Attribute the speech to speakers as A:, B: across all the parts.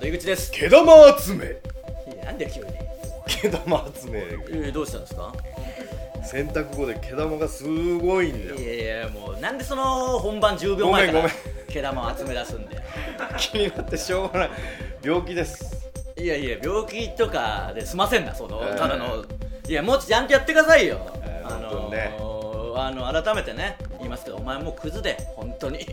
A: 出口です
B: 毛玉集め
A: いやなんで急に
B: 毛玉集め
A: えーどうしたんですか
B: 洗濯後で毛玉がすごいんだよ
A: いやいやもうなんでその本番10秒前か
B: ご
A: ら
B: めん
A: 毛玉を集め出すんで
B: 気になってしょうがない病気です
A: いやいや病気とかで済ませんなその、
B: えー
A: ただのいやもうちゃんとやってくださいよ、
B: えー
A: あの
B: 本当にね
A: あの改めてね言いますけどお前もうクズで本当 に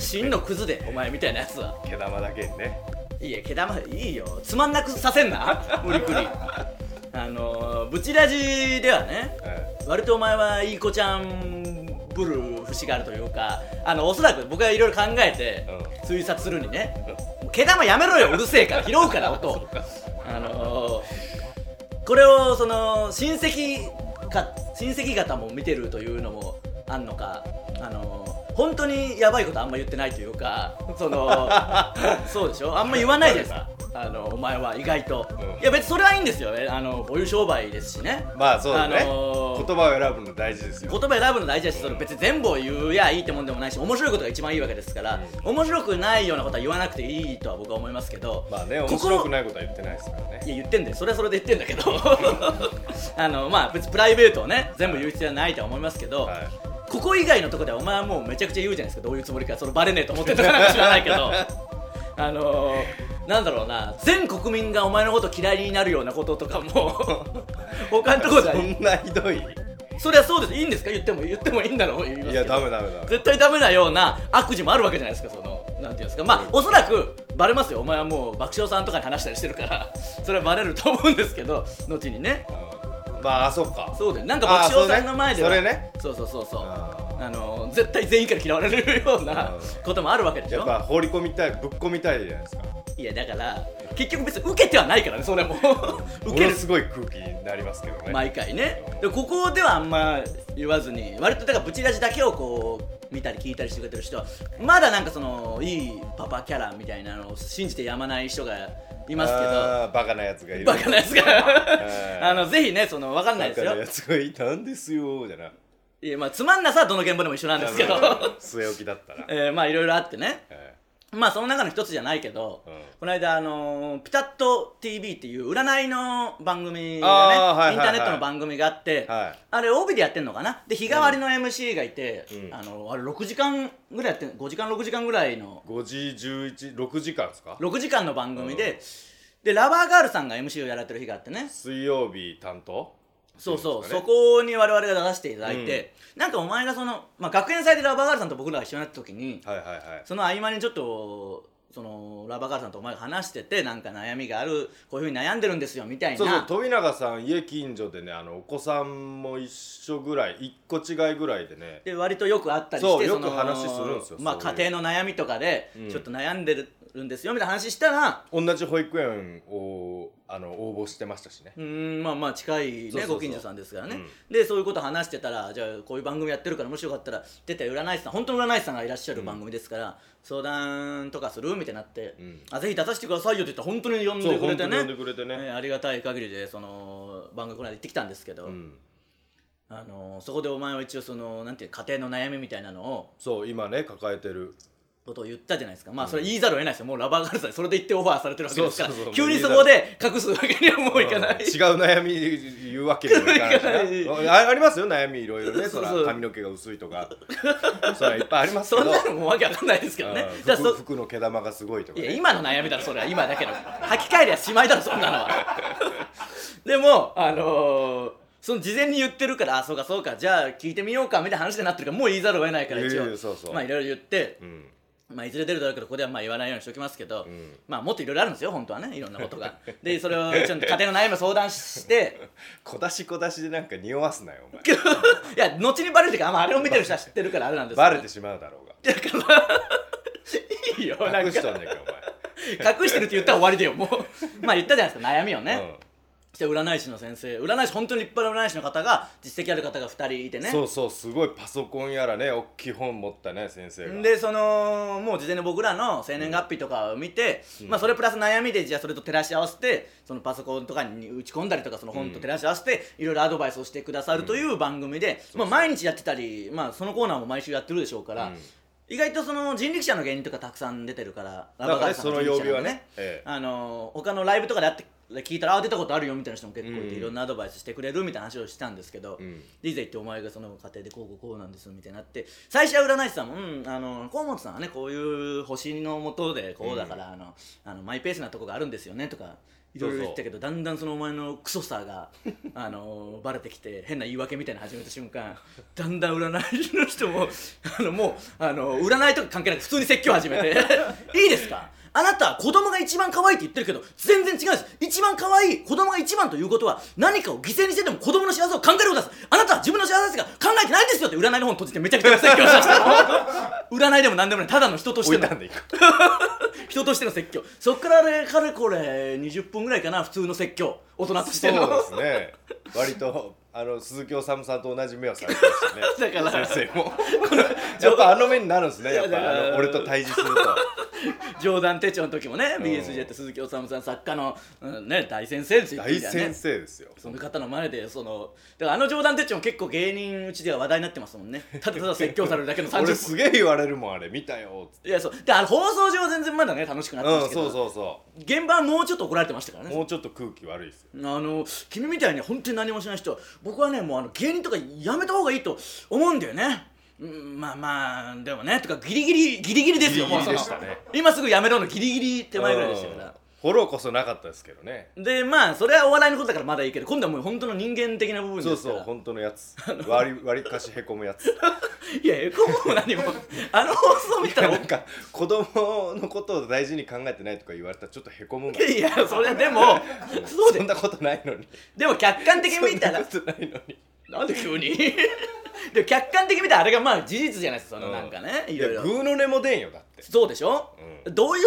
A: 真のクズでお前みたいなやつは
B: 毛玉だけにね
A: いや毛玉いいよつまんなくさせんな無理くり あのブチラジではね
B: え
A: 割とお前はいい子ちゃんぶる節があるというかあのおそらく僕がいろいろ考えて
B: う
A: 推察するにね
B: え
A: 毛玉やめろようるせえから拾うから音 をあのー、これをその親戚か親戚方も見てるというのもあんのかあのー、本当にやばいことあんま言ってないというかそ のそうでしょあんま言わないじゃないですかあのお前は意外と、
B: うん
A: いや別にそれはいいんですよあのこういう商売ですしね
B: まあそうだね、
A: あのー
B: 言葉を選ぶの大事ですよ
A: 言葉選ぶの大事だしその別に全部を言うやいいってもんでもないし面白いことが一番いいわけですから、面白くないようなことは言わなくていいとは僕は思いますけど
B: まあね
A: ここ
B: 面白くないことは言ってないですから
A: い
B: ね
A: や言ってんだよそれはそれで言ってんだけ どあのまあ別にプライベートをね全部言う必要はないとは思いますけど、
B: はい
A: ここ以外のとこではお前はもうめちゃくちゃ言うじゃないですかどういうつもりかそのバレねえと思ってたから知らないけ どあのー、なんだろうな全国民がお前のこと嫌いになるようなこととか も他のとこでは
B: そんなひどい
A: それはそうですいいんですか言っても言ってもいいんだろう言いますけど
B: いやダメダメダメ
A: 絶対ダメなような悪事もあるわけじゃないですかそのなんていうんですかまあおそらくバレますよお前はもう爆笑さんとかに話したりしてるから それはバレると思うんですけど後にね
B: うんまああそっか
A: そうだよなんか
B: あー
A: 爆笑さんの前では
B: そうねそれね
A: そうそうそうそう
B: あ
A: あの絶対全員から嫌われるような
B: うん
A: こともあるわけでし
B: やっ
A: ょ
B: ぱ放り込みたいぶっ込みたいじゃないですか
A: いやだから結局別に受けてはないからねそれも 受
B: も
A: け
B: の
A: る
B: すごい空気になりますけどね、
A: 毎回ねでここではあんま言わずに割とだからブチラジだけをこう見たり聞いたりしてくれてる人はまだなんかそのいいパパキャラみたいなのを信じてやまない人がいます
B: あーバカなやつがい
A: け
B: る
A: どバカなやつがあ
B: の
A: のぜひねその分かんない
B: バ
A: です
B: カな
A: よ
B: やつがいたんですよじゃない
A: いや、まあ、つまんなさはどの現場でも一緒なんですけど
B: あの据え置きだったら、
A: えーまあいろいろあってね
B: え
A: まあその中の一つじゃないけど、
B: うん
A: この間、あのーピタッと TV っていう占いの番組がね、
B: あーはいはいはい
A: インターネットの番組があって、
B: はい
A: あれ帯でやってんのかなで日替わりの MC がいて、
B: うん
A: あのあれ6時間ぐらいやってん5時間6時間ぐらいの
B: 5時116時間ですか
A: 6時間の番組で、でラバーガールさんが MC をやられてる日があってね
B: 水曜日担当
A: そうそう、
B: ってい
A: そ
B: んですかね
A: こに我々が出させていただいて、なんかお前がその、まあ、学園祭でラバーガールさんと僕らが一緒になった時に、
B: はいはいはい
A: その合間にちょっとそのラバーガールさんとお前が話しててなんか悩みがあるこういうふうに悩んでるんですよみたいな
B: そうそう富永さん家近所でねあのお子さんも一緒ぐらい一個違いぐらいでね
A: で割とよくあったりして
B: そうよく
A: の
B: 話するんですよ
A: まあ、
B: そういう
A: 家庭の悩みとかで
B: うん
A: ちょっと悩んでるんですよみたいな話したら、
B: 同じ保育園をあの応募してましたしね
A: うーんまあまあ近いね
B: そうそうそう
A: ご近所さんですからね、
B: うん
A: でそういうこと話してたらじゃあこういう番組やってるからもしよかったら出て占い師さん本当の占い師さんがいらっしゃる番組ですから、相談とかするみたいになって、
B: うん
A: あぜひ出させてくださいよって言って本当に呼んでくれて
B: そう本当に
A: ね
B: 呼んでくれてね
A: えーありがたい限りでその番組この間行ってきたんですけど、
B: うん
A: あのそこでお前は一応そのなんていう家庭の悩みみたいなのを
B: そう今ね抱えてる
A: ことを言ったじゃないですかまあそれ言いざるを得ないですよもうラバーガールさんにそれで言ってオファーされてるわけですから
B: そうそうそう
A: 急にそこで隠すわけにはもういかない、
B: 違う悩み言うわけにもいかないし
A: いか
B: ねあありますよ悩みいろいろね
A: そ
B: そう
A: そう
B: ら髪の毛が薄いとかそらいっぱいありますけ
A: そ
B: ど
A: んなのもうわけわかんないですけどね
B: うん
A: じゃあ
B: 服
A: そ
B: 服の毛玉がすごいとか
A: い
B: ね
A: や今の悩みだろそれは今だけど吐き替えりゃしまいだろそんな のはでもあのーその事前に言ってるからあそうかそうかじゃあ聞いてみようかみたいな話になってるからもう言いざるを得ないから一応
B: いやいやそうそう
A: まあいろいろ言って
B: うん
A: まあ、いずれ出るだろうけどここではまあ言わないようにしておきますけど、
B: ん
A: まあもっといろいろあるんですよ本当はねいろんなことがでそれをちゃんと家庭の悩みを相談して
B: 小出し小出しでなんか匂わすなよお前
A: いや後にバレるというか、まあ、あれを見てる人は知ってるからあれなんですけど
B: バレてしまうだろうが
A: いいよなんか
B: 隠
A: 隠
B: し
A: し
B: とんねんか
A: てるって言ったら終わりだよもうまあ言ったじゃないですか悩みを
B: お前、
A: ね、そして占い師の先生占い師本当に立派な占い師の方が実績ある方が2人いて
B: うん
A: ね
B: そうそうすごいパソコンやらね大きい本持ったね先生が
A: でそのもう事前に僕らの生年月日とかを見て、まあ、それプラス悩みでじゃあそれと照らし合わせてそのパソコンとかに打ち込んだりとかその本と照らし合わせて、いろいろアドバイスをしてくださるという番組で、まあ、毎日やってたり、まあ、そのコーナーも毎週やってるでしょうから、意外とその人力車の芸人とかたくさん出てるから
B: なんかねその曜日は
A: ラバーガールさんとか人力車の
B: ね、ええ
A: あの他のライブとかでやって聞いたらあ出たことあるよみたいな人も結構いて、
B: うん
A: いろんなアドバイスしてくれるみたいな話をしたんですけど、
B: うん
A: でいざ行ってお前がその家庭でこうこうこうなんですみたいになって最初は占い師さんも、うん、あの河本さんはねこういう星のもとでこうだから、あのあのマイペースなとこがあるんですよねとかいろいろ言ってたけどだんだんそのお前のクソさがあのバレてきて変な言い訳みたいなの始めた瞬間だんだん占い師の人もあのもうあの占いとか関係なく普通に説教始めていいですかあなたは子供が一番可愛いって言ってるけど全然違うんです一番可愛い子供が一番ということは何かを犠牲にしてでも子供の幸せを考えることですあなたは自分の幸せですが考えてないんですよって占いの本閉じてめちゃくちゃ説教しました占いでも何でもないただの人として
B: 置い
A: の
B: たんでいく
A: 人としての説教そっからねかれこれ20分ぐらいかな普通の説教大人としての
B: そうですね割とあの鈴木おさむさんと同じ目をされてま したね
A: だから
B: 先生もやっぱあの目になるんですねやっ
A: いやだから
B: ぱあの俺と対峙すると
A: 冗談手帳の時もね
B: ん
A: BSJ って鈴木おさむさん作家の、うんね、大先生ですよ
B: 大先生ですよ
A: その方の前でそのだからあの冗談手帳も結構芸人うちでは話題になってますもんねただただ説教されるだけの30
B: 俺
A: 分
B: すげえ言われるもんあれ見たよっつって
A: いやそうであの放送上は全然まだね楽しくなってま
B: う
A: す
B: ん
A: けど、
B: そうそうそ
A: 現場はもうちょっと怒られてましたから
B: う
A: ね
B: もうちょっと空気悪いですよ
A: あの君みたいに本当に何もしない人は僕はねもうあの芸人とかやめた方がいいと思うんだよねうんまあまあでもねとかギリギリギリギリですよ
B: ギリギリ
A: もう
B: で
A: そ
B: し
A: の
B: たね
A: 今すぐやめろのギリギリ手前ぐらいでしたから、
B: うんフォローこそなかったですけどね
A: でまあそれはお笑いのことだからまだいいけど今度はもう本当の人間的な部分ですか
B: そ
A: ら
B: うそう本当のやつ割り割りかしへこ むやつ
A: いやえこも何もあの放送見たら
B: なんか子供のことを大事に考えてないとか言われたらちょっとへこむもん
A: いやそれでもそう
B: そん
A: で
B: なことないのに
A: でも客観的に見たら
B: そんなことないのに
A: なんで急に でも客観的に見たらあれがまあ事実じゃないですかその
B: うん
A: なんかねい
B: い
A: ろ
B: や
A: い
B: グ
A: ろ
B: ーの音も出んよだって
A: そうでしょ、
B: う
A: どういう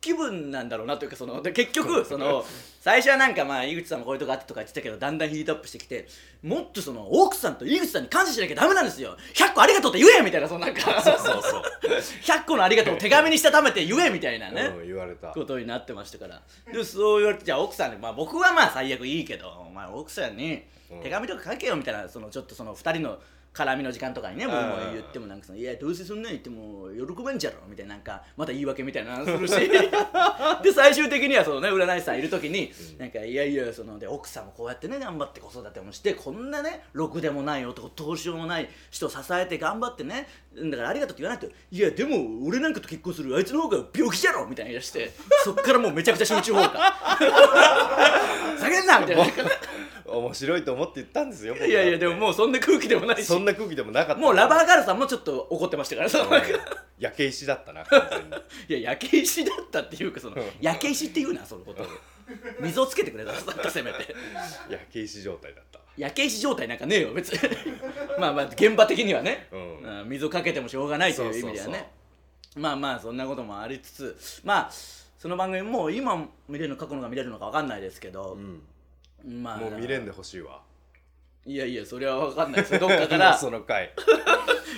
A: 気分なんだろうなというかそので結局その最初はなんかまあ井口さんもこういうとこあってとか言ってたけどだんだんヒートアップしてきてもっとその奥さんと井口さんに感謝しなきゃダメなんですよ100個ありがとうって言えみたいなそのなんか
B: そうそうそう
A: 100個のありがとうを手紙にしたためて言えみたいなね、
B: うん言われた
A: ことになってましたからでそう言われてじゃあ奥さんに、まあ、僕はまあ最悪いいけどお前奥さんに
B: うん
A: 手紙とか書けよみたいな、そのちょっとその2人の絡みの時間とかにねもう
B: うん
A: もう言ってもなんかそのいやどうせそんなん言っても喜ばんじゃろみたいななんかまた言い訳みたいなのするしで最終的にはそのね占い師さんいる時に、なんかいやいやそので奥さんもこうやってね頑張って子育てもしてこんなねろくでもない男どうしようもない人を支えて頑張ってねだからありがとうって言わないといやでも俺なんかと結婚するあいつの方が病気じゃろみたいな言い出してそっからもうめちゃくちゃ集中放火下げんなみたいな。
B: 面白いと思って言ったんですよ僕
A: いやいやでももうそんな空気でもないし
B: そんな空気でもなかった
A: もうラバーガールさんもちょっと怒ってましたからそのなんか
B: うん焼け石だったな完全に
A: いや焼け石だったっていうかその
B: うん
A: 焼け石って言うなそのことを水をつけてくれたらなんかせめて
B: 焼け石状態だった
A: 焼け石状態なんかねえよ別に まあまあ現場的にはね、
B: うん
A: うん水をかけてもしょうがないという意味ではね
B: そうそう
A: まあまあそんなこともありつつまあその番組もう今見れるの過去のが見れるのかわかんないですけど
B: う、ん
A: まあ
B: もう見れんでほしいわ
A: いやいやそれはわかんないですよどっかから
B: その回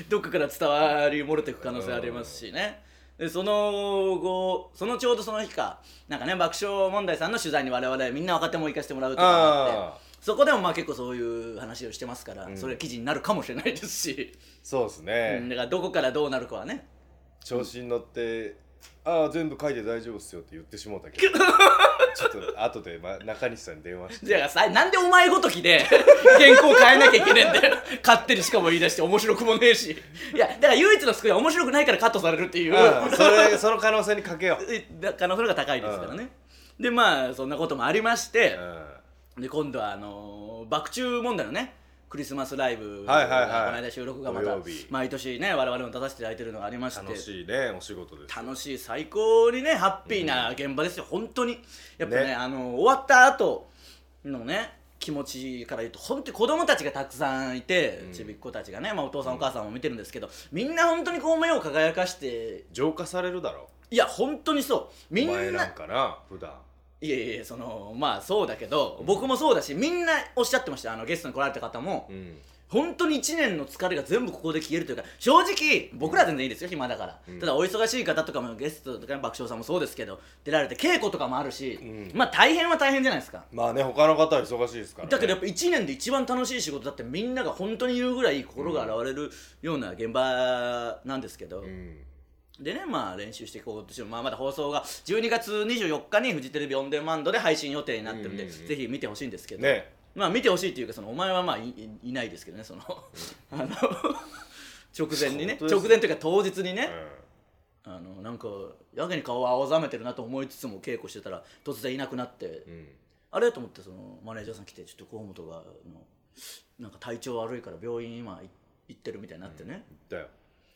A: どっかから伝わり漏れていく可能性ありますしね。でその後そのちょうどその日かなんかね爆笑問題さんの取材に我々みんな若手も行かせてもらうとかがあって
B: ああ
A: そこでもまあ結構そういう話をしてますから、
B: うん
A: それが記事になるかもしれないです し、
B: そうです
A: う
B: ね
A: んだからどこからどうなるかはね
B: 調子に乗って「ああ全部書いて大丈夫っすよ」って言ってしもうた けどちょっと後で、ま、中西さんに電話して
A: だからさなんでお前ごときで原稿変えなきゃいけねえんだよ勝手にしかも言い出して面白くもねえ しいやだから唯一の救いは面白くないからカットされるっていう
B: うんそれその可能性にかけよう、
A: え だ可能性が高いですからね、でまあそんなこともありまして、
B: うん
A: で今度はあのー、爆中問題のねクリスマスライブ
B: はいはいはい
A: この間収録がまた
B: 土曜日
A: 毎年ね我々も出させていただいてるのがありまして
B: 楽しいねお仕事です
A: 楽しい最高にねハッピーな現場ですよ、本当にやっぱね
B: ね
A: あの終わった後のね気持ちから言うと本当に子供たちがたくさんいて、
B: うん
A: ちびっ子たちがね、まあ、お父さんお母さんも見てるんですけど、みんな本当にこう目を輝かして
B: 浄化されるだろ
A: いや本当にそうみん
B: お前な
A: なん
B: かな普段
A: いやいやいやそのまあそうだけど僕もそうだしみんなおっしゃってましたあのゲストに来られた方も、
B: うん
A: 本当に1年の疲れが全部ここで消えるというか正直僕らは全然いいですよ、暇だから、
B: うん
A: ただお忙しい方とかもゲストとかね爆笑さんもそうですけど出られて稽古とかもあるし、
B: うん
A: まあ大変は大変じゃないですか
B: まあね他の方は忙しいですから、ね、
A: だけどやっぱ1年で一番楽しい仕事だってみんなが本当に言うぐらい心が現れるような現場なんですけど、
B: うん
A: でねまあ練習していこうとしても、まあ、まだ放送が12月24日にフジテレビオンデマンドで配信予定になってるんで、
B: うんうんうん
A: ぜひ見てほしいんですけど、
B: ね
A: まあ見てほしいっていうかそのお前はまあいいいないですけどねそ のあの直前にね
B: 本当です
A: 直前というか当日に
B: う
A: ね
B: ん、
A: あのなんかやけに顔を青ざめてるなと思いつつも稽古してたら突然いなくなって、
B: うん
A: あれと思ってそのマネージャーさん来てちょっと河本があのなんか体調悪いから病院今い行ってるみたいになってね、
B: だよ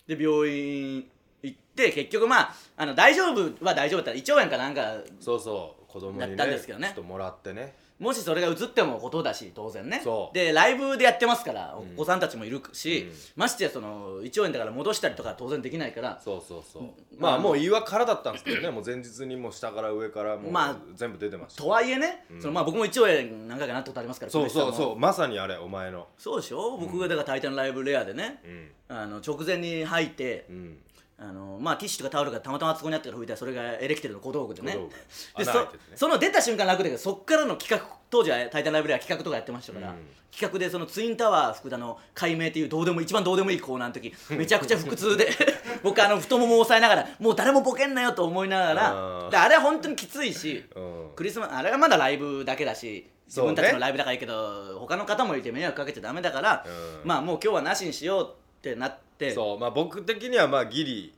A: で病院行って結局まああの大丈夫は大丈夫だったら胃腸炎かなんか
B: そうそう子供に
A: だ
B: ね
A: ったんですけどね
B: ちょっともらってね
A: もしそれが移ってもことだし当然ね
B: そう
A: でライブでやってますからお
B: ん
A: 子さんたちもいるし、
B: うん
A: ましてやその胃腸炎だから戻したりとか当然できないから
B: そうそうそう、
A: ん
B: ま
A: あ
B: あ
A: の
B: もう胃は空だったんですけどねもう前日にもう下から上からもう
A: まあ
B: 全部出てました、
A: とはいえね、そのまあ僕も胃腸炎何回かなったことありますから
B: そうそ
A: 久米
B: う
A: さん
B: そ
A: も
B: うまさにあれお前の
A: そうでしょ僕がだから「タイタンライブレア」でね
B: う、ん
A: あの直前に吐いて
B: うん
A: あのまあ、ティッシュとかタオルがたまたまあそこにあったから拭いたらそれがエレキテルの小道具でね
B: 小道具
A: で
B: 穴
A: そ
B: 開いててね
A: その出た瞬間楽だけどそっからの企画当時は「タイタンライブ」では企画とかやってましたから、
B: うん
A: 企画でそのツインタワー福田の解明っていうどうでも一番どうでもいいコーナーの時めちゃくちゃ腹痛で 僕あの太ももを押さえながらもう誰もボケんなよと思いなが
B: あ
A: ら
B: ー
A: であれは本当にきついし
B: うん
A: クリスマスあれはまだライブだけだし自
B: そうね
A: 分たちのライブだからいいけど、他の方もいて迷惑かけちゃダメだから、
B: うん
A: まあもう今日はなしにしようってなって。
B: そうまあ僕的にはまあギリ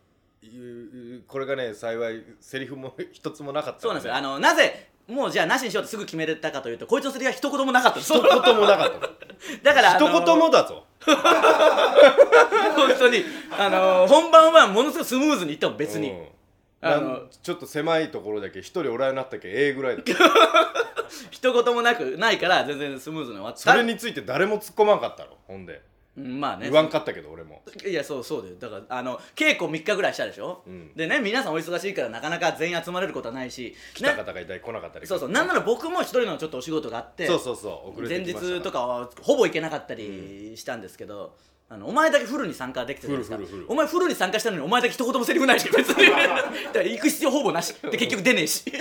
B: いうこれがね幸いセリフも一つもなかった
A: そうなんですよ。あ
B: の
A: の、なぜ、もうじゃあなしにしようってすぐ決めれたかというと、こいつのセリフは一言もなかったんです。
B: 一言もなかった
A: だから、あの
B: 一言もだぞ
A: 本当に、あの、本番はものすごくスムーズにいったも別に。
B: うん
A: あの
B: なんちょっと狭いところだけ一人おらんようになったけええぐらいだ った
A: 一言もなく、ないから、全然スムーズに終わった。
B: それについて誰も突っ込まんかったろほんで
A: うんまあね
B: 言。わんかったけど俺も
A: いやそうそうだよだからあの稽古3日ぐらいしたでしょ、
B: うん
A: でね皆さんお忙しいからなかなか全員集まれることはないし
B: 来た
A: ね
B: 方がいたり来なかったり
A: そうそうなんなら僕も一人のちょっとお仕事があって
B: そうそうそう遅れ
A: 前
B: てきました
A: 日とかはほぼ行けなかったりしたんですけど、あのお前だけフルに参加できてたじゃないですか
B: フルフルフル
A: お前フルに参加したのにお前だけ一言もセリフないし別 にだから行く必要ほぼなしで結局出ねえし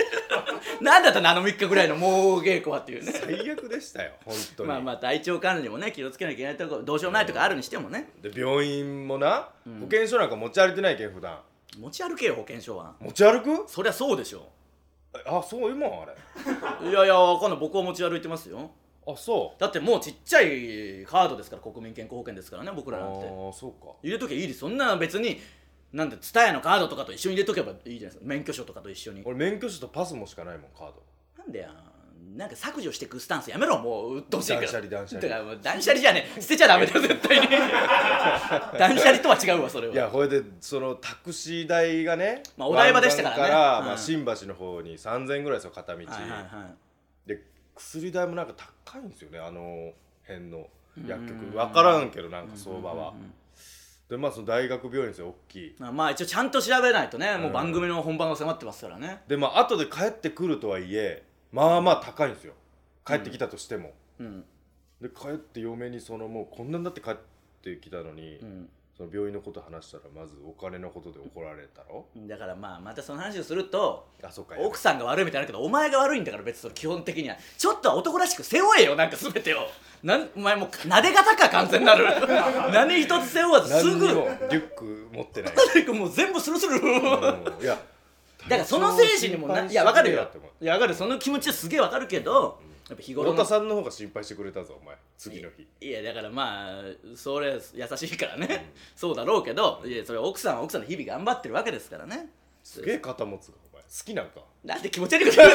A: なんだったのあの3日ぐらいの猛稽古はっていうね
B: 最悪でしたよ本当に
A: まあまあ体調管理もね気をつけなきゃいけないとこどうしようもないとかあるにしてもね
B: で病院もな保健所なんか持ち歩いてないけん普段
A: 持ち歩けよ保険証は
B: 持ち歩く
A: そりゃそうでしょ
B: あそう今あれ
A: いやいやわかんない僕は持ち歩いてますよ
B: あそう
A: だってもうちっちゃいカードですから国民健康保険ですからね僕
B: あ
A: らなんて
B: ーそうか
A: 入れときゃいいですそんな別になんで蔦屋のカードとかと一緒に入れとけばいいじゃないですか免許証とかと一緒に
B: 俺免許証とパスもしかないもんカード
A: なんでやなんか削除していくスタンスやめろもう鬱陶しいから
B: 断捨離断捨離
A: だからもう断捨離じゃねえ捨てちゃダメだ よ絶対に断捨離とは違うわそれはい
B: やこれでそのタクシー代がね
A: まあお台場でしたからね
B: 湾岸から
A: うん
B: まあ、新橋の方に3000円ぐらいですよ片道、
A: はいはいはい
B: で薬代もなんか高いんですよねあの辺の薬局分からんけどなんか相場はでまあその大学病院ですよ大きい
A: まあまあ一応ちゃんと調べないとねもう番組の本番が迫ってますからね
B: でまあ後で帰ってくるとはいえまあまあ高いんですよ帰ってきたとしても、
A: うん
B: で帰って嫁にそのもうこんなんだって帰ってきたのに、
A: うん
B: その病院のこと話したらまずお金のことで怒られたろ
A: だからまあまたその話をすると
B: あそうか
A: 奥さんが悪いみたいになるけどお前が悪いんだから別にそれ基本的にはちょっとは男らしく背負えよなんか全てをなんお前もうなで方か完全な る何一つ背負わずす
B: 何に
A: ぐ
B: もリュック 持ってない
A: もう全部スルスル
B: うんいや
A: だからその精神にもない
B: 体調を心配してくれ
A: やわかる
B: や
A: よ
B: って思う
A: いやわかるその気持ちはすげえわかるけどやっぱ日頃
B: 太
A: の
B: 田さんの方が心配してくれたぞお前次の日
A: いやだからまあそれ優しいからね、そうだろうけどいやそれ奥さんは奥さんの日々頑張ってるわけですからね
B: すげえ肩持つがお前好きなんか
A: なんで気持ち悪いこと言う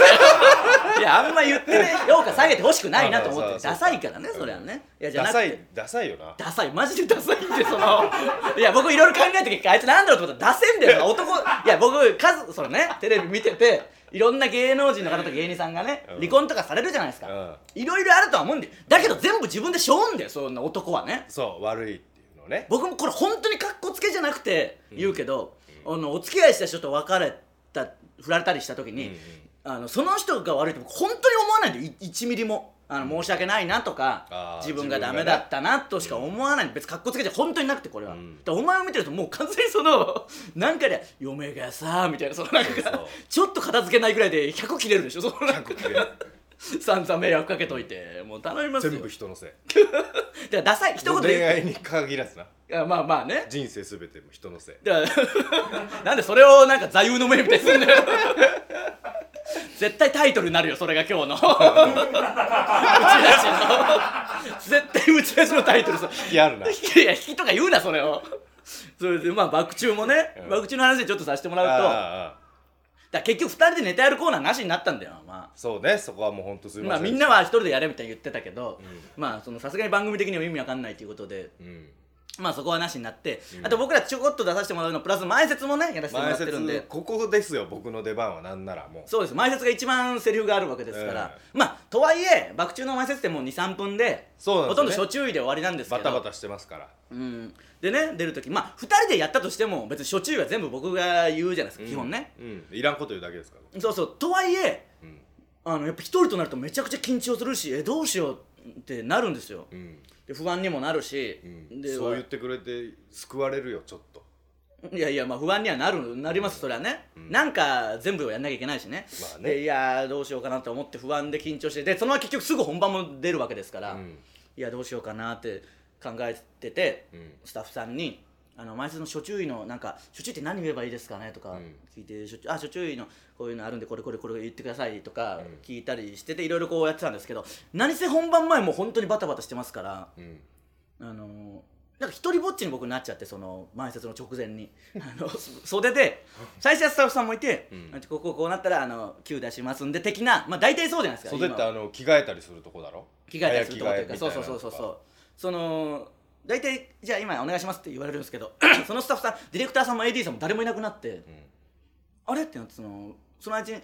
A: の いやあんま言ってね評価下げてほしくないなと思って
B: まあまあそう
A: ダサいからねそれはねいやじゃ
B: ダ
A: なく
B: サ
A: て
B: いダサいよな
A: ダサいマジでダサいってそのいや僕いろいろ考えた結果あいつなんだろうと思ったらダセんだよな男いや僕数そのねテレビ見てていろんな芸能人の方と芸人さんがね
B: うん
A: 離婚とかされるじゃないです
B: うん
A: かいろいろあるとは思うんだよだけど全部自分で背負うんだよそんな男はね
B: そう悪いっていうのね
A: 僕もこれ本当にかっこつけじゃなくて言うけど、あのお付き合いした人と別れた振られたりした時に、
B: うんうん
A: あのその人が悪いと僕本当に思わないんで1ミリも。あの申し訳ないなとか
B: あー
A: 自分が
B: 自
A: ダ
B: 分
A: メ
B: がね
A: だったなとしか思わない別に格好つけて本当になくてこれは、
B: うん
A: でお前を見てるともう完全にその なんかで嫁がさみたいなそのなん
B: そうそう
A: かちょっと片付けないぐらいで100切れるでしょそのなんか
B: で
A: 散々迷惑かけといてもう頼みますよ
B: 全部人のせい
A: だからダサい一言で
B: 恋
A: 言う
B: 愛に限らずな
A: あまあまあね
B: 人生すべても人のせい
A: だから なんでそれをなんか座右の銘みたいにすんだよ 絶対タイトルになるよそれが今日の うちらしの絶対うちらしのタイトルさ
B: 引きあるない
A: やいや引きとか言うなそれをそれでまあ爆中もね、
B: うん
A: 爆中の話でちょっとさせてもらうとだか
B: ああ
A: ら結局2人でネタやるコーナーなしになったんだよまあ
B: そうねそこはもうほんとすみ
A: ま
B: ま
A: あ
B: せん
A: みんなは一人でやれみたいに言ってたけど、まあそのさすがに番組的にも意味わかんないということで
B: うん
A: まあそこはなしになって、
B: うん
A: あと僕らちょこっと出させてもらうのプラス前説もねやらせてもら
B: 前
A: ってるんで
B: 説ここですよ僕の出番はなんならもう
A: そうです前説が一番セリフがあるわけですから、まあとはいえ爆中の前説ってもう23分で
B: そうなん
A: ほとんど
B: ですよね
A: 初注意で終わりなんですけ
B: バ
A: ど
B: タバタしてますから
A: うん、でね出る時まあ2人でやったとしても別に初注意は全部僕が言うじゃないですか、基本ね
B: うんいらんこと言うだけですから
A: そうそうとはいえ
B: うん
A: あのやっぱ一人となるとめちゃくちゃ緊張するしえどうしようってなるんですよ
B: うん
A: で不安にもなるし、
B: うん
A: で
B: そう言ってくれて救われるよちょっと
A: いやいやまあ不安にはなるなりますそれはね、なんか全部をやんなきゃいけないしね,、
B: まあね
A: でいやーどうしようかなと思って不安で緊張してでそのまま結局すぐ本番も出るわけですから、
B: うん
A: いやどうしようかなって考えてて、
B: うん
A: スタッフさんに「あの前説の初注意のなんか初注意って何言えばいいですかね?」とか
B: ん
A: 聞いて、初注あ初注意のこういうのあるんでこれこれこれ言ってください」とか聞いたりしてていろいろこうやってたんですけど何せ本番前もう本当にバタバタしてますから。
B: うん
A: あのーなんか一人ぼっちに僕なっちゃってその前説の直前にあのそ袖で最初はスタッフさんもいて、
B: ん
A: こうこうこうなったらあのキュー出しますんで的なまあ大体そうじゃないですか
B: 袖って
A: 今
B: あの着替えたりするとこだろ
A: 着替えたりするとこというかそう
B: 早着替えみたいな
A: そうそうそう
B: と
A: そ
B: か
A: うその大体じゃあ今お願いしますって言われるんですけ どそのスタッフさんディレクターさんも AD さんも誰もいなくなって、あれってなってそのそのうちに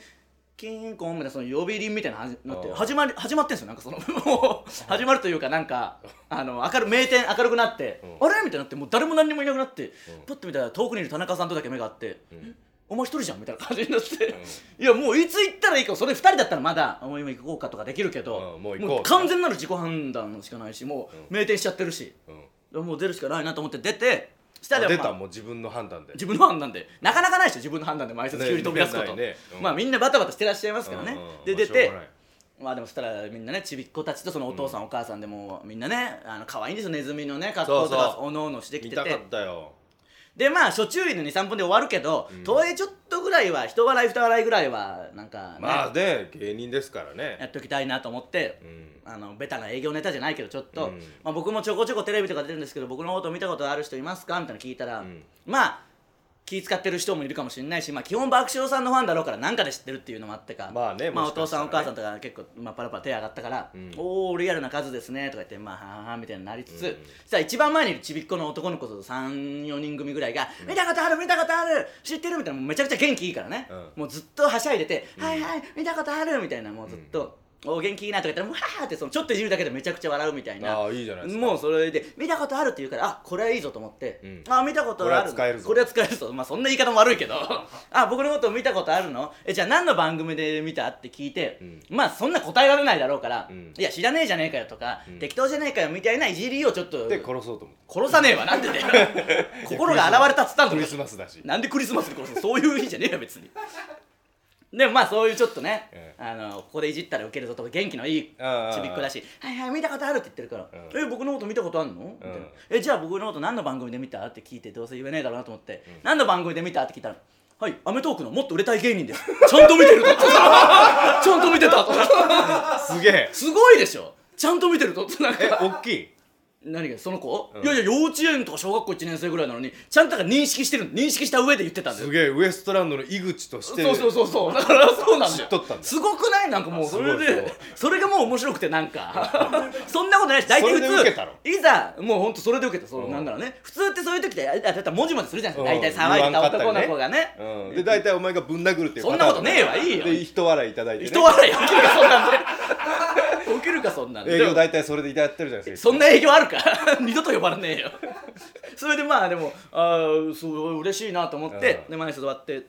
A: キーンコーンみたいなその呼び鈴みたいなの始なって
B: あー
A: 始まり始まってんすよなんかそ のもう始まるというかなんかあの明る明転明るくなって、
B: うん
A: あれみたいになってもう誰も何にもいなくなって、
B: ん
A: パッと見たら遠くにいる田中さんとだけ目があって、
B: ん
A: お前一人じゃんみたいな感じになって、いやもういつ行ったらいいかそれ二人だったらまだあもう今行こうかとかできるけど、
B: うんもう行こう
A: 完全なる自己判断しかないしもう明転しちゃってるし、
B: うんうん
A: もう出るしかないなと思って出て下では
B: あ出
A: まあ
B: たもう自分の判断で
A: 自分の判断でなかなかないでしょ自分の判断で毎説急に飛び出すこと、
B: ねねうん
A: まあみんなバタバタしてらっしゃいますからね、
B: うんうんうん
A: で
B: ま
A: 出
B: あしょう
A: て
B: がない
A: まあでもそしたらみんなねちびっ子たちとそのお父さん、お母さんでもみんなねあの可愛いんですよネズミのね格好と
B: そう
A: か
B: そう
A: おのおのしてき
B: 見
A: て
B: たか
A: て
B: ったよ
A: でまあ初注意の23分で終わるけど、とはいえちょっとぐらいは一笑い二笑いぐらいはなんか、ね
B: まあね芸人ですから
A: や
B: ね
A: っときたいなと思って、
B: うん
A: あのベタな営業ネタじゃないけどちょっと、
B: うん
A: まあ、僕もちょこちょこテレビとか出てるんですけど僕のこと見たことある人いますかみたいなの聞いたら、
B: ん
A: まあ気使ってる人もいるかもしれないし、まあ、基本爆笑さんのファンだろうから何かで知ってるっていうのもあってか
B: まあね
A: まあ、お
B: もしか
A: 父
B: した
A: さん
B: ら
A: お
B: ね
A: 母さんとか結構、まあ、パラパラ手上がったから「
B: ん
A: おおリアルな数ですね」とか言って「まあはあはあ」みたいになりつつ、さあ一番前にいるちびっ子の男の子と34人組ぐらいが「見たことある見たことある知ってる」みたいなもうめちゃくちゃ元気いいからね、
B: うん
A: もうずっとはしゃいでて「はいはい見たことある」みたいなもうずっと「お元気いいな」とか言ったら「わー」ってそのちょっといじるだけでめちゃくちゃ笑うみたいな
B: ああいいじゃないですか
A: もうそれで「見たことある」って言うから「あこれはいいぞ」と思って
B: うん
A: あ見たことある
B: これは使えるぞ
A: これは使えるぞまあそんな言い方も悪いけどあ僕のこと見たことあるのえじゃあ何の番組で見たって聞いて、
B: ん
A: まあそんな答えられないだろうから、
B: ん
A: いや知らねえじゃねえかよとか、適当じゃねえかよみたいないじりをちょっと
B: で殺そうと思って
A: 殺さねえわなんでだよ 心が現れたっつったんだ
B: ク
A: ろ
B: リスマスだし
A: なんでクリスマスで殺すそういう日じゃねえよ別に でもまあそういうちょっとね、
B: え
A: あのここでいじったらウケるぞとか元気のいいち
B: ああ
A: びっ子だし「はいはい見たことある」って言ってるから「
B: う
A: え僕のこと見たことあるの?」みたいな「えじゃあ僕のこと何の番組で見た?」って聞いてどうせ言えねえだろうなと思って「何の番組で見た?」って聞いたら「はい『アメトーーク』のもっと売れたい芸人ですちゃんと見てると」 ちゃんと見てた」と
B: すげえ
A: すごいでしょちゃんと見てるとなん
B: え
A: か
B: 大きい
A: 何がその子、いやいや幼稚園とか小学校1年生ぐらいなのにちゃんとなんか認識してる認識した上で言ってたんだよ
B: すげえウエストランドの井口として
A: そうそうそうそうだからそうなんだよ
B: 知っとったんだ
A: すごくないなんかもうそれ
B: すごいすご
A: で
B: い
A: それがもう面白くてなん かそんなことないし大体普
B: それで受けたの
A: 通いざもうほんとそれで受けたそううんなんだろうね普通ってそういう時ってあだって文字までするじゃないですか
B: うん
A: 大体騒いでた男
B: 言わんかったりね
A: の子がね
B: うんで大体お前がぶん殴るっていう
A: そんなことねえ
B: パ
A: わ
B: ターン
A: いいよ
B: で一笑いいただいてね
A: 人笑い起きるかそんなんで 起きるかそんなんで
B: 営業大体それでやってるじゃないですか
A: そんな営業あるか 二度と呼ばれねえよそれでまあでもああすごい嬉しいなと思って
B: うん
A: で前に座って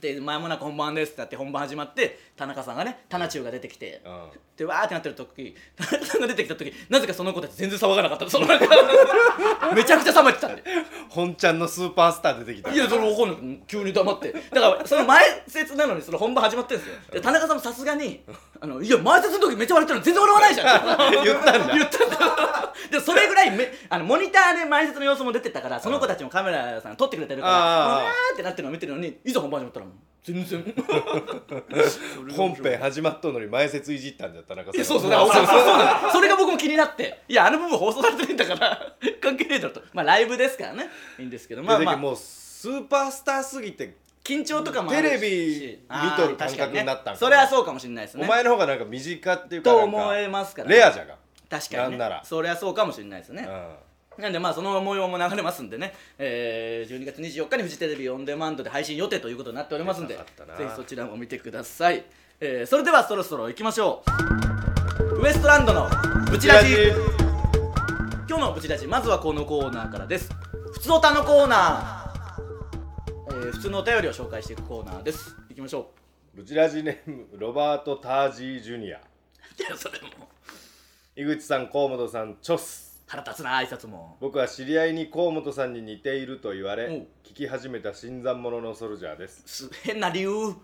A: で間もなく本番ですってなって本番始まって田中さんがね田中が出てきて、でわーってなってる時 田中さんが出てきた時なぜかその子たち全然騒がなかったのその中 めちゃくちゃ冷めてたんで
B: 本ちゃんのスーパースター出てきた
A: いやそれ怒んない急に黙ってだからその前説なのにその本番始まってるんですよで田中さんもさすがにあの「いや前説の時めっちゃ笑ってるのに全然笑わないじゃん」
B: 言ったん だ
A: 言ったんだでそれぐらいめあのモニターで前説の様子も出てたからその子たちもカメラさん撮ってくれてるから
B: あー
A: わーってなってるのを見てるのにいざ本番始まったらもう全然
B: 本編始まっとんのに前説いじったんだ田中さん
A: いやそうそうだからそうそうそうなのそれが僕も気になっていやあの部分放送されてないんだから 関係ねえだろとまあライブですからねいいんですけどまあ
B: で
A: まあ
B: もうスーパースターすぎて
A: 緊張とかもあるし
B: テレビ見とる感覚になったんかな
A: あー確かねそれはそうかもしれないですね
B: お前の方がなんか身近っていうか
A: と
B: なんか
A: 思えますからね
B: レアじゃが
A: 確かにね
B: なんなら
A: それはそうかもしれないですね、なんでまあその模様も流れますんでね、えー、12月24日にフジテレビオンデマンドで配信予定ということになっておりますんで
B: 出なかったな
A: ぜひそちらも見てください、えー、それではそろそろ行きましょうウエストランドのブチラジ今日のブチラジまずはこのコーナーからです普通おたのコーナー、えー、普通のお便りを紹介していくコーナーです行きましょ
B: ブチラジネームロバート・タージー・ジュニア
A: ういやそれも
B: 井口さん河本さんチョス
A: 腹立つな挨拶も
B: 僕は知り合いに河本さんに似ていると言われ
A: おう
B: 聞き始めた新参者のソルジャーです
A: す変な理由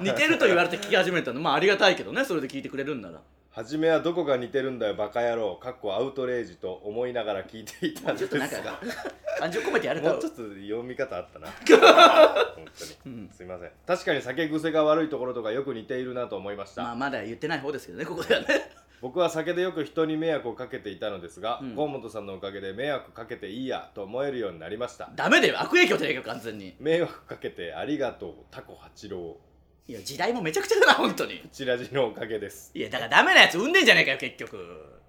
A: 似てると言われて聞き始めたのまあありがたいけどねそれで聞いてくれるんなら
B: 初めはどこが似てるんだよバカ野郎かっこアウトレイジと思いながら聞いていたん
A: ちょ
B: で
A: っ
B: す
A: となんか
B: が
A: 感情込めてやれた
B: もう
A: ら
B: ちょっと読み方 あったな 本当に、すいません確かに酒癖が悪いところとかよく似ているなと思いました、
A: まあまだ言ってない方ですけどねここではね
B: 僕は酒でよく人に迷惑をかけていたのですが、
A: うん
B: 河本さんのおかげで迷惑かけていいやと思えるようになりました
A: ダメだよ悪影響じゃねえか完全に
B: 迷惑かけてありがとうタコ八郎
A: いや時代もめちゃくちゃだな本当に
B: チラジのおかげです
A: いやだからダメなやつ産んでんじゃねえかよ結局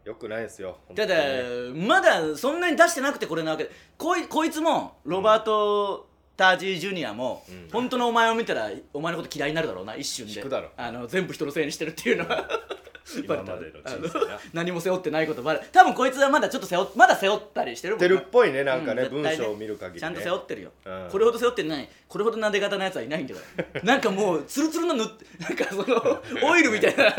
B: よくないですよ本当
A: た
B: に
A: だまだそんなに出してなくてこれなわけでこいこいつもロバート・タージー・ジュニアも、
B: うん
A: 本当のお前を見たらお前のこと嫌いになるだろうな一瞬で
B: 引くだろ
A: あの全部人のせいにしてるっていうのは
B: 今までの人生な
A: あの何も背負ってないことバレ多分こいつはまだちょっと背負まだ背負ったりしてるもん
B: て
A: な
B: るっぽいねなんかね,、
A: う絶
B: 文
A: 対
B: 章を見る限り、ね、
A: ちゃんと背負ってるよ、
B: うん
A: これほど背負ってないこれほどなで方のやつはいないんだからなんかもうツルツルの塗って なんかその オイルみたいな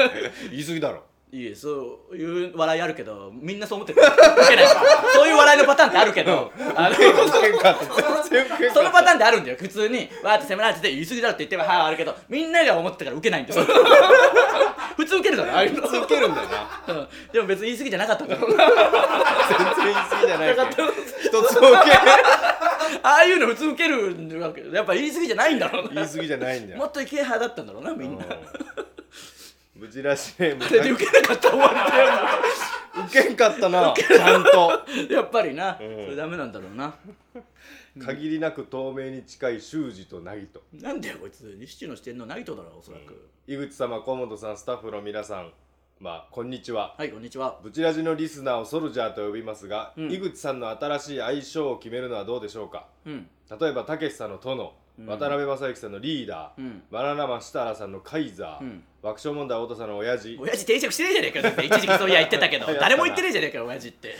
B: 言い過ぎだろ
A: いえそういう笑いあるけどみんなそう思ってる受けないそういう笑いのパターンってあるけど、あの
B: 喧嘩全然喧 嘩
A: そのパターンってあるんだよ普通にわーって責められてて言い過ぎだろって言ってははあるけどみんなが思ってたから受けないんだよ普通受けるだろああいうの
B: 続けるんだよな
A: うんでも別に言い過ぎじゃなかったんだろうな
B: 全然言い過ぎじゃないから一つも受け
A: ああいうの普通受けるわけやっぱ言い過ぎじゃないんだろうな
B: 言い過ぎじゃないんだ
A: も
B: よ
A: っとイケ派だったんだろうなみんな
B: うん無事らしいネーム
A: あれで受けなかったら終わりだよ
B: 受けんかったなちゃんと
A: やっぱりな、
B: ん
A: それダメなんだろうな
B: 限りなく透明に近い修二と凪と
A: なんだよこいつ西中のしてんのナイトだろおそらく、
B: 井口様河本さんスタッフの皆さんまあこんにちは
A: はいこんにちは
B: ブチラジのリスナーをソルジャーと呼びますが、
A: ん
B: 井口さんの新しい愛称を決めるのはどうでしょうか
A: うん
B: 例えばたけしさんの殿、渡辺正行さんのリーダー、
A: うん
B: バナナマン設楽さんのカイザー、
A: うん
B: 爆笑問題太田さんの親父
A: 親父定着してねえじゃねえかよだって一時期そういや言ってたけど
B: やったな
A: 誰も言ってねえじゃねえかよ親父って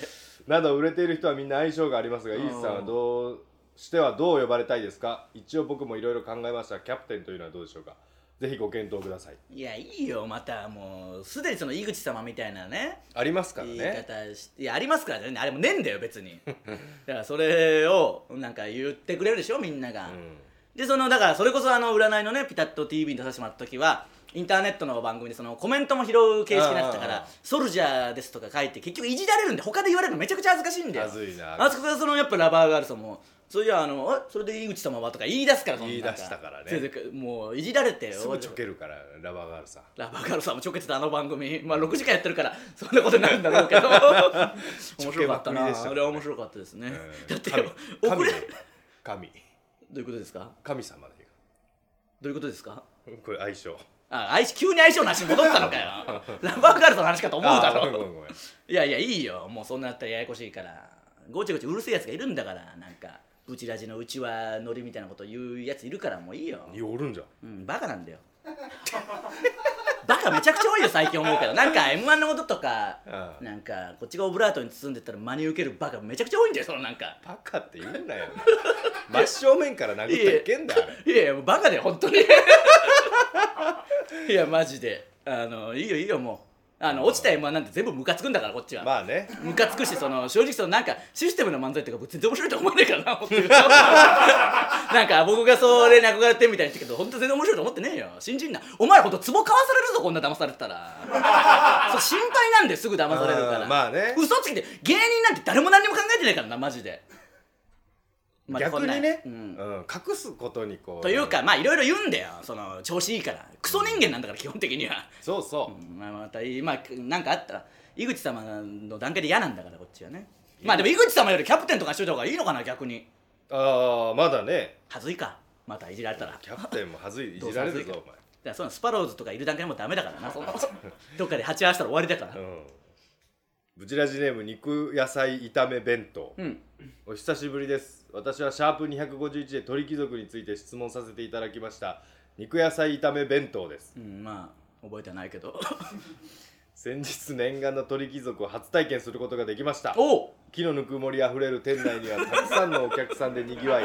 B: など売れている人はみんな相性がありますが
A: う
B: 井
A: ん
B: 口さんはどうしてはどう呼ばれたいですか一応僕もいろいろ考えましたキャプテンというのはどうでしょうかぜひご検討ください
A: いやいいよまたもうすでにその井口様みたいなね
B: ありますから
A: 言い
B: ね
A: 方しいやありますからねあれもねえんだよ別にだからそれをなんか言ってくれるでしょみんなが、
B: うん
A: でそのだからそれこそあの占いのね「ピタッと TV」に出させてもらった時はインターネットの番組でそのコメントも拾う形式になってたか
B: あー
A: ら「ソルジャーです」とか書いて結局いじられるんで他で言われるのめちゃくちゃ恥ずかしいんだよ
B: 恥ずいな
A: あそこからそのやっぱラバーガールさんも「それじゃああのあそれで井口様は?」とか言い出すからそんな
B: 言い出したからね
A: 全然もういじられて
B: すぐちょけるからラバーガールさん
A: ラバーガールさんもちょけてたあの番組まあ6時間やってるからそんなことになるんだろうけど面白かった
B: ちょけまくり
A: な
B: でしたね
A: あれは面白かったですね、
B: うん
A: だって
B: 神
A: 遅れ
B: 神で神
A: どういうことですか
B: 神様で
A: どういうことですか
B: これ相性
A: あ愛し急に相性の話に戻ったのかよ ラバーガールズの話かと思うだ
B: あーごめ
A: ろ
B: んごめんごめん
A: いやいやいいよもうそんなやったらややこしいからごちゃごちゃうるせえやつがいるんだからなんかブチラジのうちはノリみたいなこと言うやついるからもういいよ、
B: いやおるんじゃん
A: うん、バカなんだよバカがめちゃくちゃ多いよ最近思うけどなんか m 1のこととか
B: ああ
A: なんかこっちがオブラートに包んでったら真に受けるバカめちゃくちゃ多いんだよそのなんか
B: バカって言うなよ真正面から殴ったらいけんだあれ
A: いやいやもうバカだよ本当にいやマジであのいいよいいよもうあの落ちた m 1なんて全部ムカつくんだからこっちは、
B: まあね
A: ムカつくしその正直そのなんかシステムの漫才とか全然面白いと思わねえからな本 当になんか僕がそれに憧れてみたいに言ってるけど本当全然面白いと思ってねえよ新人なお前らほんとツボ買わされるぞこんな騙されてた らそう心配なんですぐ騙されるから
B: あーまあね
A: 嘘つきで芸人なんて誰も何にも考えてないからなマジで、まあ
B: 逆にね、
A: こ
B: うん
A: なん
B: 隠すことにこう
A: というかまあいろいろ言うんだよその調子いいからクソ人間なんだから基本的には、
B: そうそう
A: う、んまあ、また今なんかあったら井口様の段階で嫌なんだからこっちはねまあでも井口様よりキャプテンとかしといた方がいいのかな逆に
B: ああまだね
A: はずいかまたいじられたらだか
B: キャプテンもはず いいじられるぞお
A: らそのスパローズとかいる段階でもうダメだから なそんなことどっかで鉢合わせたら終わりだから
B: 前うんブチラジネーム肉野菜炒め弁当、
A: うん
B: お久しぶりです私はシャープ251で鳥貴族について質問させていただきました肉野菜炒め弁当です
A: うんまあ覚えてないけど
B: 先日念願の鳥貴族を初体験することができました
A: おう
B: 木のぬくもりあふれる店内にはたくさんのお客さんでにぎわい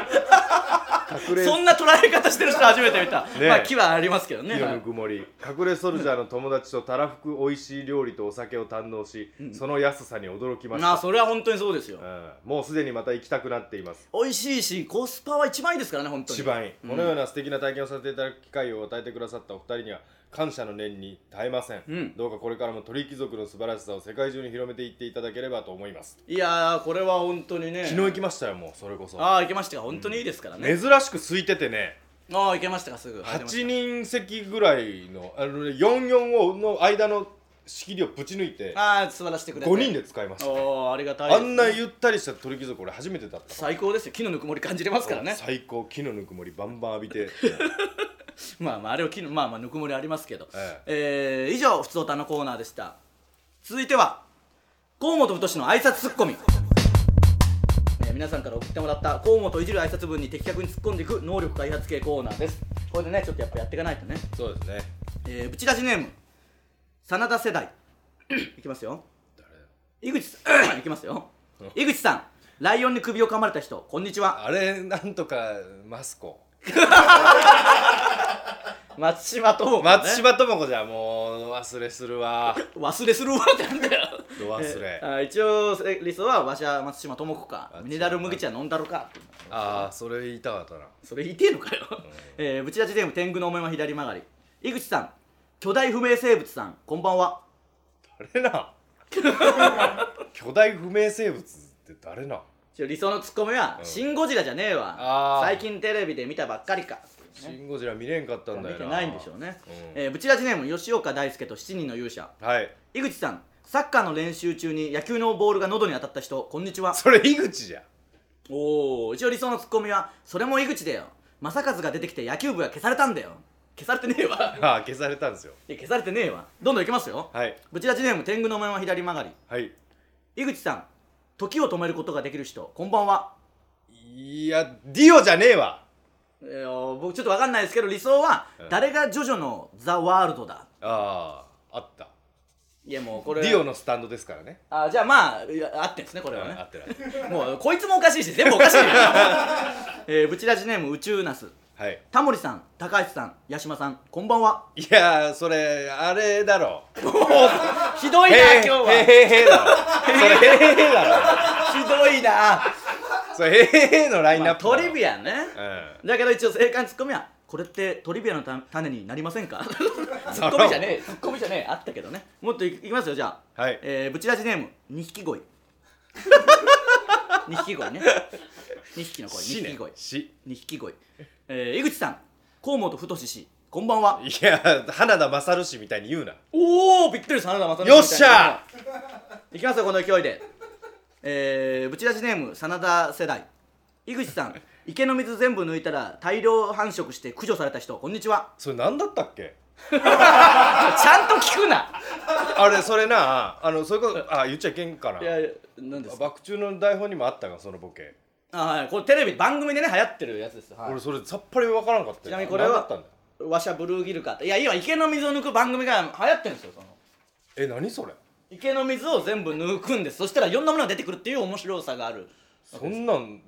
B: 隠れ
A: そんな捉え方してる人初めて見た、
B: ねえ
A: まあ気はありますけどね
B: 木のぬくもり隠れソルジャーの友達とたらふく美味しい料理とお酒を堪能し、その安さに驚きまし
A: まあ
B: た、
A: それは本当にそうですよ
B: うん、もうすでにまた行きたくなっています
A: 美味しいしコスパは一番いいですからね本当に
B: 一番いいこのような素敵な体験をさせていただく機会を与えてくださったお二人には感謝の念に絶えません、
A: ん
B: どうかこれからも鳥貴族の素晴らしさを世界中に広めていっていただければと思います
A: いやーこれは本当にね
B: 昨日行きましたよもうそれこそ
A: ああ行けましたか本当にいいですからね、
B: 珍しく空いててね
A: ああ行けましたかすぐ入れました
B: 8人席ぐらいのあのね44をの間の仕切りをぶち抜いて
A: ああ素晴らしくれて
B: 5人で使いましたね
A: おおありがたいで
B: あ
A: すね、
B: んなゆったりした鳥貴族俺初めてだった
A: 最高ですよ木のぬくもり感じれますからね
B: 最高木のぬくもりバンバン浴びて
A: まあまああれは木のまあまあぬくもりありますけど、
B: え
A: えー以上ふつおたのコーナーでした続いては河本太の挨拶ツッコミえー皆さんから送ってもらった河本をいじる挨拶文に的確に突っ込んでいく能力開発系コーナーですこれでねちょっとやっぱやっていかないとね
B: そうですね
A: えー、ぶち出しネーム真田世代いきますよ井口さんいきますよ井口さんライオンに首を噛まれた人こんにちは
B: あれなんとかマスコ
A: 松島智子、ね、
B: 松島智子じゃもう忘れするわ
A: 忘れするわってなんだよ
B: ど忘れ
A: えーあ一応えリストはわしは松島智子か
B: あ
A: ミネラル麦茶飲んだろか
B: ああそれ言いたかったな
A: それ言ってえのかよ、えー、ぶち出しネーム天狗のお面は左曲がり井口さん巨大不明生物さんこんばんは
B: あ れな巨大不明生物って誰な
A: 一応理想のツッコミは「
B: うん
A: シン・ゴジラじゃねえわ
B: あー
A: 最近テレビで見たばっかりか」
B: シン・ゴジラ見れんかったんだ
A: 見
B: よ
A: て
B: な
A: ないんでしょうね、
B: うん
A: えーブチラジネーム吉岡大輔と7人の勇者
B: はい
A: 井口さんサッカーの練習中に野球のボールが喉に当たった人こんにちは
B: それ井口じゃん
A: おお一応理想のツッコミはそれも井口だよ正和が出てきて野球部が消されたんだよ消されてねえ わ
B: ああ消されたんですよ
A: いや消されてねえわどんどんいきますよ、
B: はい
A: ブチラジネーム天狗の面は左曲がり
B: はい
A: 井口さん時を止めることができる人こんばんはい
B: やディオじゃねえわ
A: えー僕ちょっとわかんないですけど理想は
B: うん
A: 誰がジョジョのザ・ワールドだ
B: あああった
A: いやもうこれ
B: ディオのスタンドですからね
A: あじゃあまあいや合ってんですねこれはね、
B: あってない
A: もうこいつもおかしいし全部おかしいよ、 えー、ブチラジネーム宇宙ナス
B: はい
A: タモリさん高橋さん八島さんこんばんはい
B: やーそれあれだろ
A: ひどい
B: へ
A: な
B: え
A: 今
B: へ
A: 日は
B: えへえだ ろそれへえへえだ
A: ひどい な、
B: ろそれへえへえのライン
A: ま
B: ナッ
A: あ、
B: プだろ
A: トリビアね、
B: う
A: だけど一応正解のツッコミはこれってトリビアのた種になりません かツッコミじゃねえツッコミじゃねえあったけどねもっといいきますよじゃあ
B: んはい
A: えー、ブチラジネーム二匹鯉 二匹鯉ね二匹の鯉
B: 死
A: 二
B: ね
A: 匹鯉
B: 死
A: 二匹鯉、えー、井口さん河本太氏こんばんはい
B: や花田勝氏みたいに言うな
A: おおびっくりした花田正
B: よっしゃ
A: いきますよこの勢いでえー、ブチラジネーム真田世代井口さん 池の水全部抜いたら大量繁殖して駆除された人こんにちは
B: それ何だったっけ
A: ちゃんと聞くな
B: あれそれなあのそれこそあ言っちゃいけんかない
A: や何ですか
B: 爆中の台本にもあったがそのボケ
A: あはいこれテレビ番組でね流行ってるやつですよ、はい
B: 俺それさっぱり分からんかっ
A: ち
B: たよ
A: なみにこれは
B: 何だったんだよ
A: わしはブルーギルかっていや今池の水を抜く番組が流行ってるんですよその
B: え何それ
A: 池の水を全部抜くんですそしたらいろんなものが出てくるっていう面白さがある
B: そんなん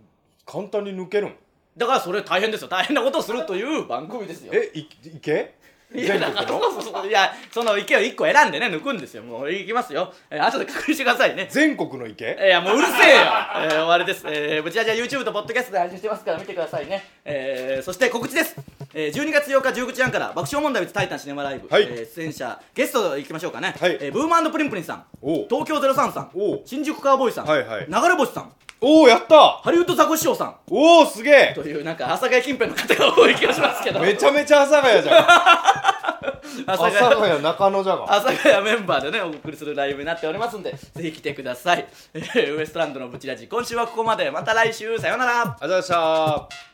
B: 簡単に抜けるん
A: だからそれ大変ですよ大変なことをするという番組ですよ
B: えいいけ
A: いや
B: 全
A: だ
B: 国
A: から
B: の
A: そうそうそういやその池を1個選んでね抜くんですよもういきますよ、えー、後で確認してくださいね
B: 全国の池
A: いやもううるせえよ、えー終わりです、えー、ぶちあじは YouTube とポッドキャストで配信してますから見てくださいね、えー、そして告知です、えー、12月8日19時半から爆笑問題 with タイタンシネマライブ、
B: はい
A: えー出演者ゲスト行きましょうかね、
B: はい
A: えーブームプリンプリンさん
B: おう
A: 東京03さん
B: おう
A: 新宿カーボーイさん、
B: はいはい
A: 流れ星さん
B: おおやった
A: ハリウッドザコシショウさん
B: おおすげ
A: というなんか阿佐ヶ谷近辺の方が多い気がしますけ
B: え
A: ど
B: めちゃめちゃ阿佐ヶ谷じゃん阿
A: 阿
B: 佐ヶ谷中野じゃが
A: 阿佐ヶ谷メンバーでねお送りするライブになっておりますんでぜひ来てください、えーウエストランドのブチラジ今週はここまでまた来週さようなら
B: ありがとうございました